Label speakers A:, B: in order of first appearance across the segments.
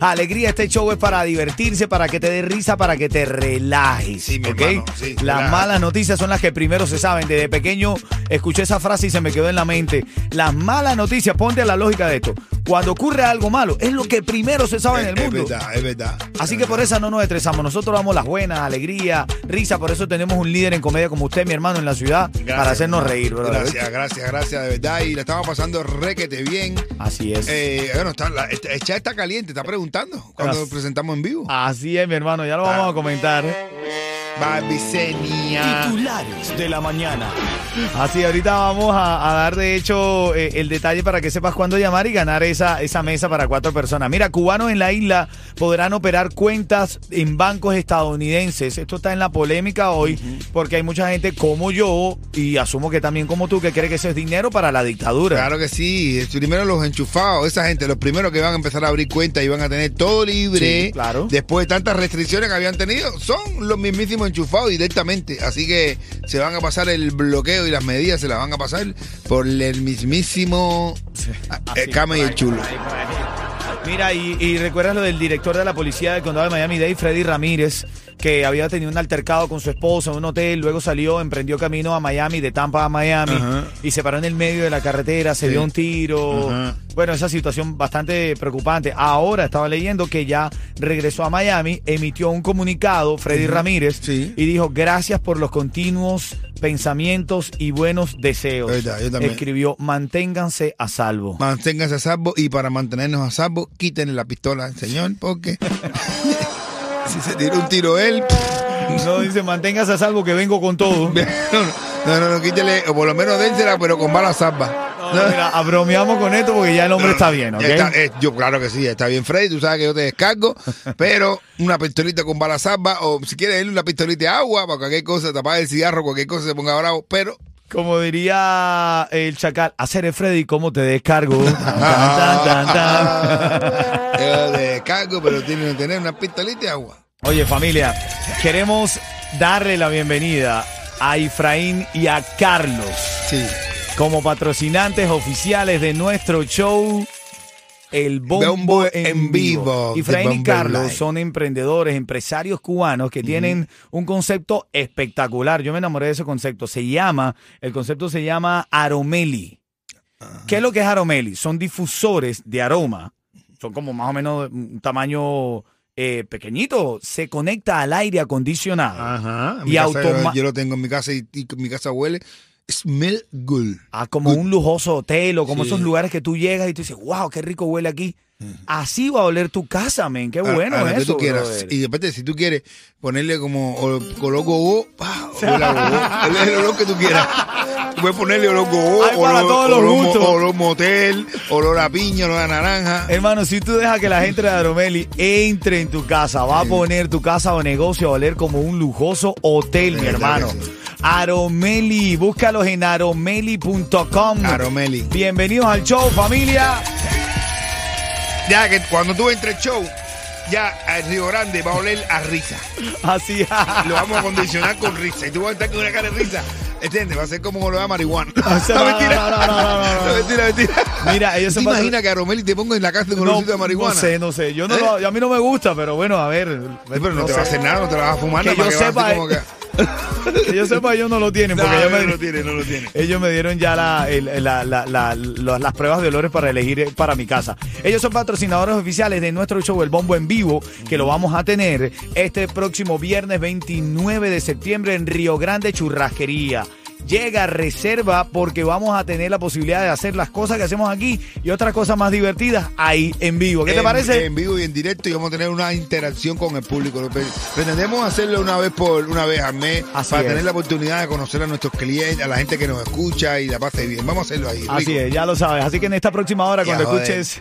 A: Alegría, este show es para divertirse, para que te dé risa, para que te relajes.
B: Sí, mi
A: ¿ok?
B: hermano, sí,
A: las
B: relájate.
A: malas noticias son las que primero se saben. Desde pequeño escuché esa frase y se me quedó en la mente. Las malas noticias, ponte a la lógica de esto. Cuando ocurre algo malo, es lo que primero se sabe en el
B: Es-
A: mundo.
B: Es verdad, es verdad.
A: Así que por esa no nos estresamos. Nosotros damos las buenas, alegría, risa. Por eso tenemos un líder en comedia como usted, mi hermano, en la ciudad, para hacernos reír, brother.
B: Gracias, gracias, gracias, de verdad. Y la estamos pasando requete bien.
A: Así es.
B: Eh, bueno, está, la, este- el chat está caliente, está preguntando cuando
A: Gracias.
B: presentamos en vivo.
A: Así es, mi hermano. Ya lo vamos a comentar.
B: Barbicenia.
A: Titulares de la mañana. Así, ahorita vamos a, a dar de hecho eh, el detalle para que sepas cuándo llamar y ganar esa, esa mesa para cuatro personas. Mira, cubanos en la isla podrán operar cuentas en bancos estadounidenses. Esto está en la polémica hoy porque hay mucha gente como yo y asumo que también como tú que cree que eso es dinero para la dictadura.
B: Claro que sí. Primero los enchufados, esa gente, los primeros que van a empezar a abrir cuentas y van a tener todo libre.
A: Sí, claro.
B: Después de tantas restricciones que habían tenido, son los mismísimos enchufados directamente. Así que se van a pasar el bloqueo y las medidas se las van a pasar por el mismísimo ah,
A: Así,
B: el cama y
A: por
B: el
A: ahí,
B: chulo.
A: por ahí, por ahí. Mira, y, y recuerdas lo del director de la policía del condado de Miami-Dade, Freddy Ramírez, que había tenido un altercado con su esposa en un hotel, luego salió, emprendió camino a Miami, de Tampa a Miami,
B: Ajá.
A: y se paró en el medio de la carretera, se
B: Sí.
A: dio un tiro.
B: Ajá.
A: Bueno, esa situación bastante preocupante. Ahora estaba leyendo que ya regresó a Miami, emitió un comunicado, Freddy
B: Ujú.
A: Ramírez,
B: Sí.
A: y dijo, gracias por los continuos pensamientos y buenos deseos.
B: Es verdad, yo también.
A: Escribió, manténganse a salvo.
B: Manténganse a salvo y para mantenernos a salvo, quítenle la pistola al señor, porque si se tira un tiro él,
A: No, dice, manténgase a salvo que vengo con todo.
B: no, no, no, no, quítele, o por lo menos dénsela, pero con bala salva.
A: No, mira, abromeamos con esto porque ya el hombre está bien, ¿ok?
B: Ya está, eh, yo, claro que sí, está bien, Freddy, tú sabes que yo te descargo, pero una pistolita con bala salva, o si quieres, él una pistolita de agua, para cualquier cosa, tapar el cigarro, cualquier cosa se ponga bravo, pero
A: Como diría el chacal, hacer el Freddy, ¿cómo te descargo? Tan, tan, tan, tan, tan.
B: Ah. yo te descargo, pero tiene que tener una pistolita de agua.
A: Oye, familia, queremos darle la bienvenida a Efraín y a Carlos
B: Sí.
A: como patrocinantes oficiales de nuestro show. El bombo,
B: Bombo
A: en,
B: en
A: vivo.
B: Vivo, de
A: Efraín y
B: Bombo
A: Carlos
B: Live.
A: son emprendedores, empresarios cubanos que tienen un concepto espectacular. Yo me enamoré de ese concepto. Se llama, el concepto se llama Aromeli. ¿Qué es lo que es Aromeli? Son difusores de aroma. Son como más o menos un tamaño eh, pequeñito. Se conecta al aire acondicionado.
B: Ajá. en
A: Y
B: mi casa
A: automa-
B: yo, yo lo tengo en mi casa y, y mi casa huele smell good.
A: a como un lujoso hotel o como
B: Sí.
A: esos lugares que tú llegas y tú dices, wow, qué rico huele aquí. Así va a oler tu casa, men. Qué
B: A-
A: bueno
B: a lo que
A: eso.
B: tú quieras.
A: brother.
B: Y aparte, si tú quieres ponerle como o- color gogo, pa, huele a gogó. Huele el olor que tú quieras. Tú Puedes ponerle olor gogo,
A: Hay para
B: olor,
A: todos los
B: olor mo-
A: gustos. Eh,
B: olor motel, olor a piña, olor a naranja.
A: Hermano, si tú dejas que la gente de Aromeli entre en tu casa, va a poner tu casa o negocio a oler como un lujoso hotel, mi
B: Verdad
A: hermano.
B: que sí.
A: Aromeli, búscalos en aromeli.com.
B: Aromeli.
A: Bienvenidos al show, familia.
B: Ya que cuando tú entres al show, ya el Río Grande va a oler a risa.
A: Así
B: Lo vamos a condicionar con risa. Y tú vas a estar con una cara de risa. ¿Entiendes? Va a ser como lo de marihuana.
A: sea,
B: No,
A: no, no,
B: mentira.
A: no, no, no, no, no.
B: mentira, mentira.
A: Mira, ellos
B: ¿Te
A: se pasan-
B: imaginas que a Romeli te ponga en la cárcel con un de marihuana?
A: no sé, no sé. Yo no
B: ¿Eh?
A: lo- a mí no me gusta, pero bueno, a ver.
B: Sí, pero no, te
A: sé.
B: va a hacer nada, no te la vas a fumar.
A: Que
B: nada más
A: yo
B: vas
A: sepa,
B: así como
A: eh, Que yo sepa, ellos no lo tienen, porque
B: No,
A: ya
B: no,
A: me-
B: no tiene, no lo tiene.
A: Ellos me dieron ya la- el- la- la- la- lo- las pruebas de olores para elegir eh, para mi casa. Ellos son patrocinadores oficiales de nuestro show El Bombo en Vivo, que lo vamos a tener este próximo viernes 29 de septiembre en Río Grande Churrasquería. Llega, reserva, porque vamos a tener la posibilidad de hacer las cosas que hacemos aquí y otras cosas más divertidas ahí en vivo. ¿Qué te
B: En-
A: parece?
B: En vivo y en directo y vamos a tener una interacción con el público. Lo pre- Pretendemos hacerlo una vez por una vez al mes
A: Así
B: para
A: es.
B: tener la oportunidad de conocer a nuestros clientes, a la gente que nos escucha y la pase bien. Vamos a hacerlo ahí.
A: Así
B: rico.
A: es, ya lo sabes. Así que en esta próxima hora,
B: Ya,
A: cuando
B: joder.
A: escuches,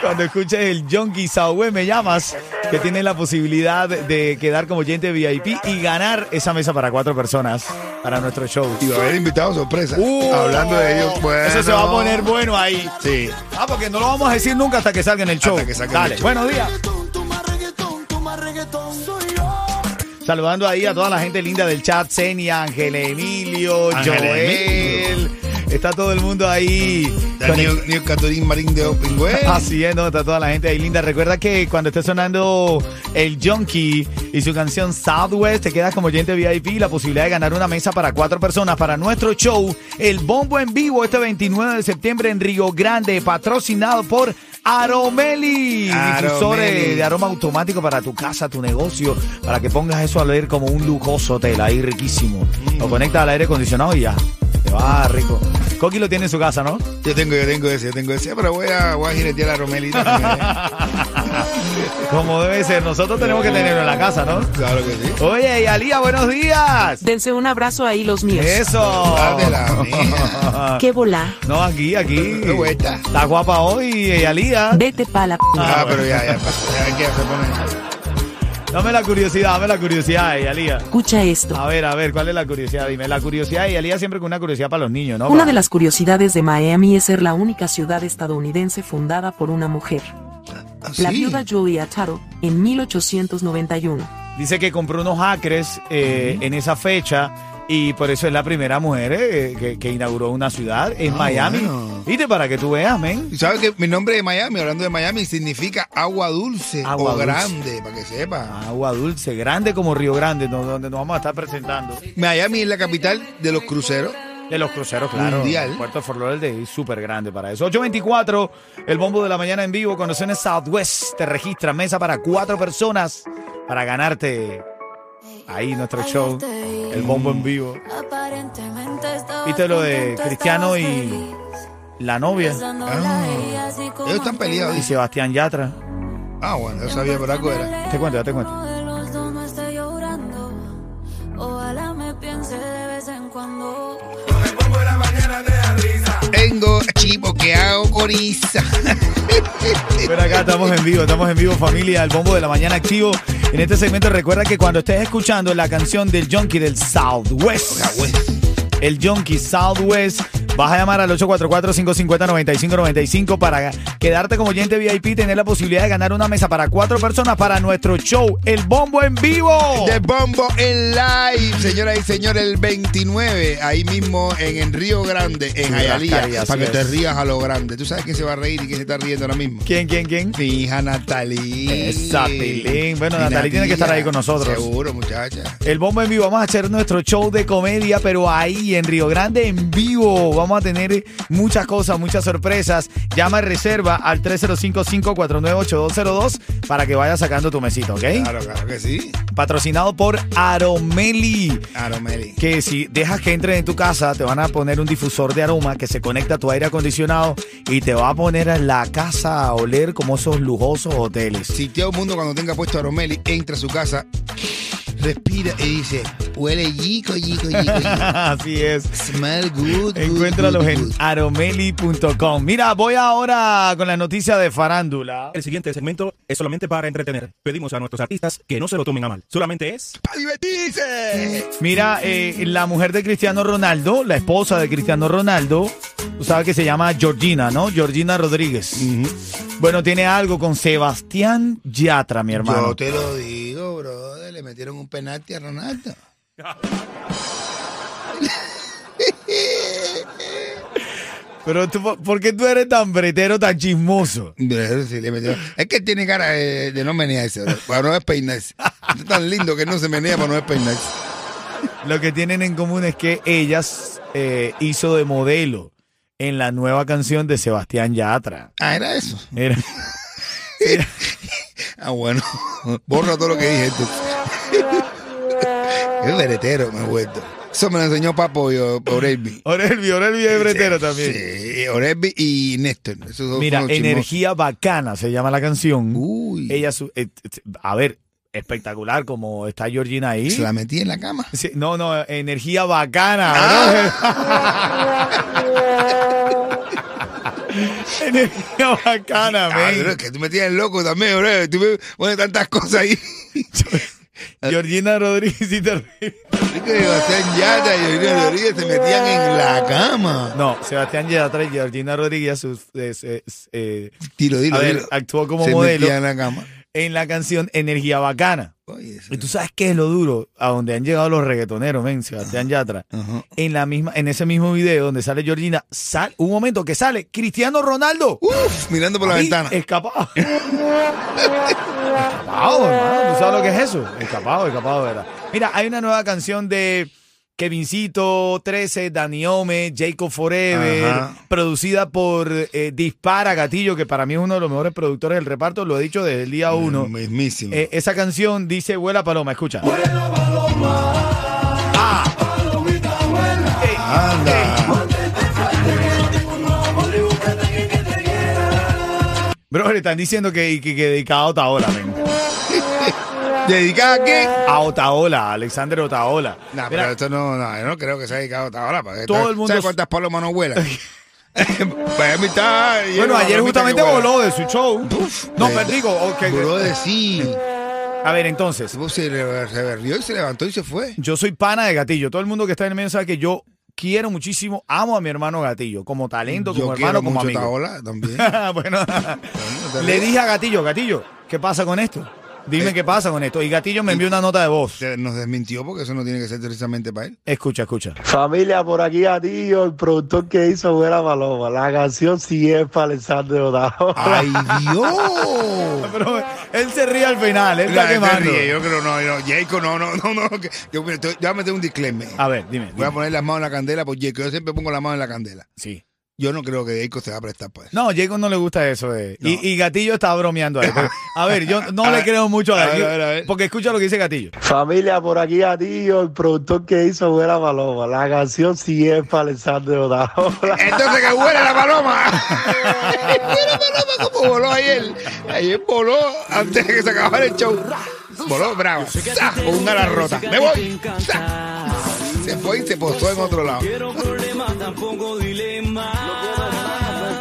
A: cuando escuches el Yonki Sahue, me llamas, que tiene la posibilidad de quedar como oyente VIP y ganar esa mesa para cuatro personas. para nuestro show.
B: Y va a haber invitado sorpresa.
A: Uh,
B: Hablando de ellos, bueno.
A: Eso se va a poner bueno ahí.
B: Sí.
A: Ah, porque no lo vamos a decir nunca hasta que salga en el show.
B: que salga en
A: Dale,
B: el show.
A: buenos días.
C: reggaetón, tú más reggaetón, tú más reggaetón, soy yo.
A: Saludando ahí a toda la gente linda del chat, Zenia, Ángel Emilio,
B: Ángel
A: Joel. Está todo el mundo ahí.
B: Daniel Daniel Catorín Marín de Opingüe.
A: Así es, no, está toda la gente ahí linda. Recuerda que cuando esté sonando el Junkie y su canción Southwest, te quedas como oyente VIP y la posibilidad de ganar una mesa para cuatro personas para nuestro show El Bombo en Vivo este 29 de septiembre en Río Grande, patrocinado por Aromeli,
B: Aromeli.
A: difusores de aroma automático para tu casa, tu negocio, para que pongas eso a leer como un lujoso hotel ahí riquísimo. Lo conectas al aire acondicionado y ya. Te va rico. Coqui lo tiene en su casa, ¿no?
B: Yo tengo, yo tengo ese, yo tengo ese. Pero voy a, voy a jinetear a Romelita. también, ¿eh?
A: Como debe ser, nosotros tenemos que tenerlo en la casa, ¿no?
B: claro que sí.
A: Oye, y Alía, buenos días.
D: Dense un abrazo ahí los míos.
A: Eso.
B: Dátela, mía.
D: Qué volá.
A: No, aquí, aquí.
B: De vuelta.
A: Está guapa hoy, eh, Alía.
D: Vete pa' la p.
B: Ah, pero ya, ya pasó. Ya, ¿qué? se pone.
A: Dame la curiosidad, dame la curiosidad, eh, Alía.
D: Escucha esto.
A: A ver, a ver, ¿cuál es la curiosidad? Dime, la curiosidad y Alía siempre con una curiosidad para los niños, ¿no?
D: Una de las curiosidades de Miami es ser la única ciudad estadounidense fundada por una mujer.
B: Ah,
D: La
B: sí.
D: viuda Julia Taro, en 1891.
A: Dice que compró unos acres eh, en esa fecha y por eso es la primera mujer eh, que, que inauguró una ciudad en
B: Ah,
A: Miami.
B: bueno.
A: Viste, para que tú veas, men.
B: ¿Y ¿Sabes que mi nombre de Miami, hablando de Miami, significa agua dulce
A: Agua
B: o
A: dulce.
B: grande, para que sepa?
A: Agua dulce, grande como Río Grande, no- donde nos vamos a estar presentando.
B: Miami es la capital de los cruceros.
A: De los cruceros, claro.
B: Mundial.
A: Puerto de Fort Lauderdale es súper grande para eso. 824, el bombo de la mañana en vivo, condiciones Southwest. Te registra mesa para cuatro personas para ganarte ahí nuestro show. El bombo en vivo.
C: Aparentemente estaba
A: ¿Viste lo de
C: contento,
A: Cristiano y-
C: estaba feliz,
A: La novia
C: besándola y así como
B: Ellos están peleados,
A: y
B: dice.
A: Sebastián Yatra.
B: Ah, bueno, yo sabía, pero algo era.
A: Te cuento, ya te cuento.
C: Uno de los dos no esté llorando. Ojalá me piense de vez en cuando.
B: Tengo chivo que hago coriza.
A: Pero acá estamos en vivo, estamos en vivo familia, el bombo de la mañana activo. En este segmento recuerda que cuando estés escuchando la canción del Junkie del Southwest, el Junkie Southwest, vas a llamar al 844-550-9595 para quedarte como oyente VIP y tener la posibilidad de ganar una mesa para cuatro personas para nuestro show, El Bombo en Vivo.
B: De Bombo en Live, señoras y señores, el 29, ahí mismo en, en Río Grande, en
A: Sí, Rascaria,
B: Ayalía,
A: así
B: para que te
A: es.
B: rías a lo grande. ¿Tú sabes quién se va a reír y quién se está riendo ahora mismo?
A: ¿Quién, quién, quién?
B: Mi hija Natalí.
A: Esa, Pilín. Bueno, Natalí tiene que estar ahí con nosotros.
B: Seguro, muchacha.
A: El Bombo en Vivo, vamos a hacer nuestro show de comedia, pero ahí en Río Grande en vivo. Vamos a tener muchas cosas, muchas sorpresas. Llama y reserva al 305-549-8202 para que vayas sacando tu mesita, ¿ok?
B: Claro, claro que sí.
A: Patrocinado por Aromeli.
B: Aromeli.
A: Que si dejas que entren en tu casa, te van a poner un difusor de aroma que se conecta a tu aire acondicionado y te va a poner a la casa a oler como esos lujosos hoteles.
B: Si todo el mundo cuando tenga puesto a Romeli entra a su casa, respira y dice, huele yico, yico, yico, yico.
A: Así es.
B: Smell good, good,
A: Encuéntralos
B: good,
A: en
B: good.
A: aromeli.com. Mira, voy ahora con la noticia de farándula.
E: El siguiente segmento es solamente para entretener. Pedimos a nuestros artistas que no se lo tomen a mal. Solamente es...
B: ¡Pa' divertirse!
A: Mira, eh, la mujer de Cristiano Ronaldo, la esposa de Cristiano Ronaldo, tú sabes que se llama Georgina, ¿no? Georgina Rodríguez. Bueno, tiene algo con Sebastián Yatra, mi hermano.
B: Yo te lo digo, brother. Le metieron un penalti a Ronaldo.
A: Pero tú, ¿por qué tú eres tan bretero, tan chismoso?
B: Brother, sí, le metieron- Es que tiene cara de, de no menearse, brother, para no despeinarse. Está tan lindo que no se menea para no despeinarse.
A: Lo que tienen en común es que ellas eh, hizo de modelo en la nueva canción de Sebastián Yatra.
B: Ah, era eso.
A: Mira.
B: Ah, bueno. Borra todo lo que dije. entonces. es veretero, me he vuelto. Eso me lo enseñó Papo y O- Orelvi.
A: Orelvi, Orelvi es bretero también.
B: Sí, Orelvi y Néstor. Esos dos
A: Mira,
B: fueron los chismosos.
A: Energía Bacana se llama la canción.
B: Uy.
A: Ella, su- et- et- a ver, espectacular como está Georgina ahí.
B: Se la metí en la cama.
A: Sí, no, no, Energía Bacana.
B: Ah.
A: bro. energía Bacana,
B: Ah,
A: men.
B: bro, que tú me tienes loco también, bro. Tú me pones tantas cosas ahí.
A: Georgina Rodríguez y Ter-
B: Así que Sebastián Yatra y Eugenio Rodríguez se metían en la cama.
A: No, Sebastián Yatra y Georgina Rodríguez sus- es- es- eh,
B: Dilo, dilo,
A: A ver,
B: dilo.
A: actuó como
B: se
A: modelo
B: metían en la cama.
A: en la canción Energía Bacana.
B: Oye, eso-
A: Y tú sabes qué es lo duro, a donde han llegado los reggaetoneros, men, Sebastián Yatra.
B: Ajá.
A: En, la misma, en ese mismo video donde sale Georgina, sal, un momento que sale Cristiano Ronaldo.
B: Uf, mirando por la
A: Ahí,
B: ventana.
A: Escapado. escapado, hermano. ¿Tú sabes lo que es eso? Escapado, escapado, ¿verdad? Mira, hay una nueva canción de Kevincito, 13, Daniome, Jacob Forever,
B: Ajá.
A: producida por eh, Dispara Gatillo, que para mí es uno de los mejores productores del reparto, lo he dicho desde el día uno.
B: Mm, Mismísimo.
A: Eh, esa canción dice Vuela Paloma, escucha. eh,
B: Anda.
A: Bro, le están diciendo que, que, que dedicado a Otaola, men.
B: ¿Dedicada a qué?
A: A Otaola, Alexander Otaola. Mira,
B: No, pero esto no, no, yo no creo que se ha dedicado hasta ahora. Para
A: Todo el mundo
B: ¿Sabes
A: s-
B: cuántas palomas no vuelan? Para mitad. y
A: bueno,
B: una
A: ayer
B: palomita
A: justamente
B: que vuela.
A: voló de su show. no,
B: eh,
A: pero digo, ok,
B: Voló de sí.
A: A ver, entonces,
B: Tipo, Se, le- se berrió y se levantó y se fue.
A: yo soy pana de Gatillo. Todo el mundo que está en el medio sabe que yo quiero muchísimo, amo a mi hermano Gatillo, como talento, como
B: Yo
A: hermano,
B: quiero
A: como
B: mucho
A: amigo.
B: esta ola también.
A: bueno, le dije a Gatillo, Gatillo, ¿qué pasa con esto? Dime
B: Eh.
A: qué pasa con esto. Y Gatillo me envió una nota de voz.
B: Se- Nos desmintió porque eso no tiene que ser precisamente para él.
A: Escucha, escucha.
F: Familia, por aquí a tío, el productor que hizo Buena Paloma. La canción sí es para Alessandro Dao.
B: ¡Ay, Dios!
A: Pero él se ríe al final, él
B: La
A: está
B: gente
A: quemando.
B: ríe, yo creo, no, no, Jacob, no, no, no, no. que- Yo, mira, estoy- yo voy a meter un disclaimer.
A: A ver, dime.
B: Voy a
A: dime.
B: poner las manos en la candela por Jacob. Yo siempre pongo la mano en la candela.
A: Sí.
B: Yo no creo que Jacob se va a prestar para eso.
A: No, Jacob no le gusta eso de.
B: No.
A: Y, y Gatillo está bromeando ahí. Pero, A ver, yo no le creo mucho a
B: a ver,
A: Gatillo.
B: a ver, a ver.
A: Porque escucha lo que dice Gatillo.
F: Familia, por aquí a tío, el productor que hizo Buena Paloma. La canción sí es para Alessandro Dao.
B: Entonces que huele la paloma. huele la paloma como voló ayer. Ayer voló antes de que se acabara el show. Voló bravo. ¡Za! Con una ala rota. Me voy. ¡Za! Se fue y se postó en otro lado.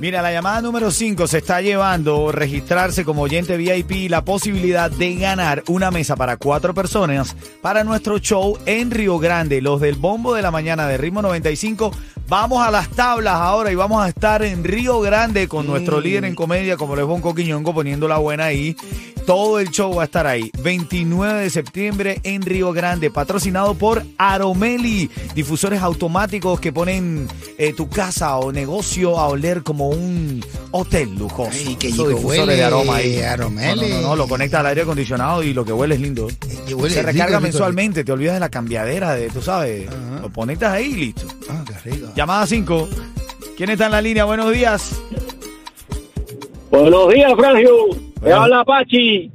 A: Mira, la llamada número 5 se está llevando registrarse como oyente VIP y la posibilidad de ganar una mesa para cuatro personas para nuestro show en Río Grande. Los del Bombo de la Mañana de Ritmo 95, vamos a las tablas ahora y vamos a estar en Río Grande con nuestro líder en comedia, como lo es Bonco Quiñongo, poniendo la buena ahí. Todo el show va a estar ahí. 29 de septiembre en Río Grande, patrocinado por Aromeli, difusores automáticos que ponen eh, tu casa o negocio a oler como un hotel lujoso.
B: Ay, que
A: Esos
B: rico
A: difusores
B: huele,
A: de aroma ahí.
B: Aromeli.
A: No, no, no, no, lo conectas al aire acondicionado y lo que huele es lindo.
B: que huele
A: Se
B: rico,
A: recarga
B: rico,
A: mensualmente, te olvidas de la cambiadera, de, tú sabes.
B: Ajá.
A: Lo conectas ahí y listo.
B: Ah, qué rico.
A: Llamada 5. ¿Quién está en la línea? Buenos días.
G: Buenos días, Frangio. Te
A: Bueno.
G: habla Pachi.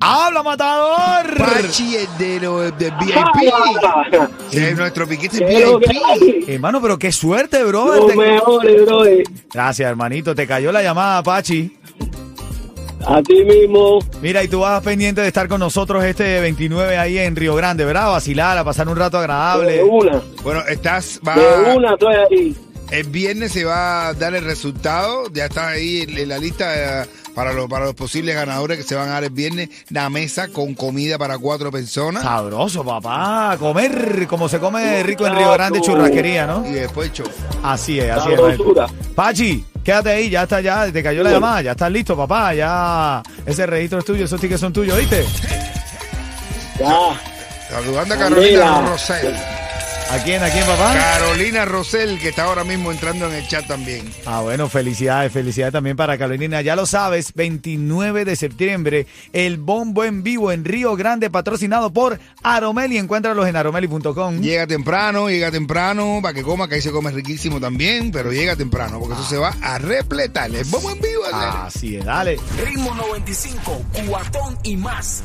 A: ¡Habla, matador!
B: Pachi es de los del VIP.
G: ¡Hola!
B: Es nuestro piquete
G: ¿Qué es lo que
B: VIP.
G: hay?
A: Hermano, pero qué suerte, brother.
G: Los
A: Te-
G: mejores, brother.
A: Gracias, hermanito. Te cayó la llamada, Pachi.
G: A ti mismo.
A: Mira, y tú vas pendiente de estar con nosotros este 29 ahí en Río Grande, ¿verdad? A Vacilar, a pasar un rato agradable.
G: De una.
B: Bueno, estás. Va,
G: De una estoy ahí.
B: El viernes se va a dar el resultado. Ya está ahí en en la lista eh, para, los para los posibles ganadores que se van a dar el viernes. La mesa con comida para cuatro personas.
A: Sabroso, papá. A Comer como se come rico en Río Grande, churrasquería, ¿no?
B: Y después el show.
A: Así es, así es.
G: Sabrosura.
A: Maestro. Pachi, quédate ahí, ya está, ya te cayó la llamada, ya estás listo, papá, ya. Ese registro es tuyo, esos tickets son tuyos, ¿viste?
G: Ya.
B: Saludando a Carolina
G: Candela.
B: Rosell.
A: ¿A quién, a quién, papá?
B: Carolina Rosell, que está ahora mismo entrando en el chat también.
A: Ah, bueno, felicidades, felicidades también para Carolina. Ya lo sabes, 29 de septiembre, el bombo en vivo en Río Grande, patrocinado por Aromeli. Encuéntralos en aromeli.com.
B: Llega temprano, llega temprano para que coma, que ahí se come riquísimo también, pero llega temprano, porque eso se va a
G: Ah.
B: repletar. Vamos en vivo. a hacer.
A: Así es, dale.
H: Ritmo 95, cuatón y más.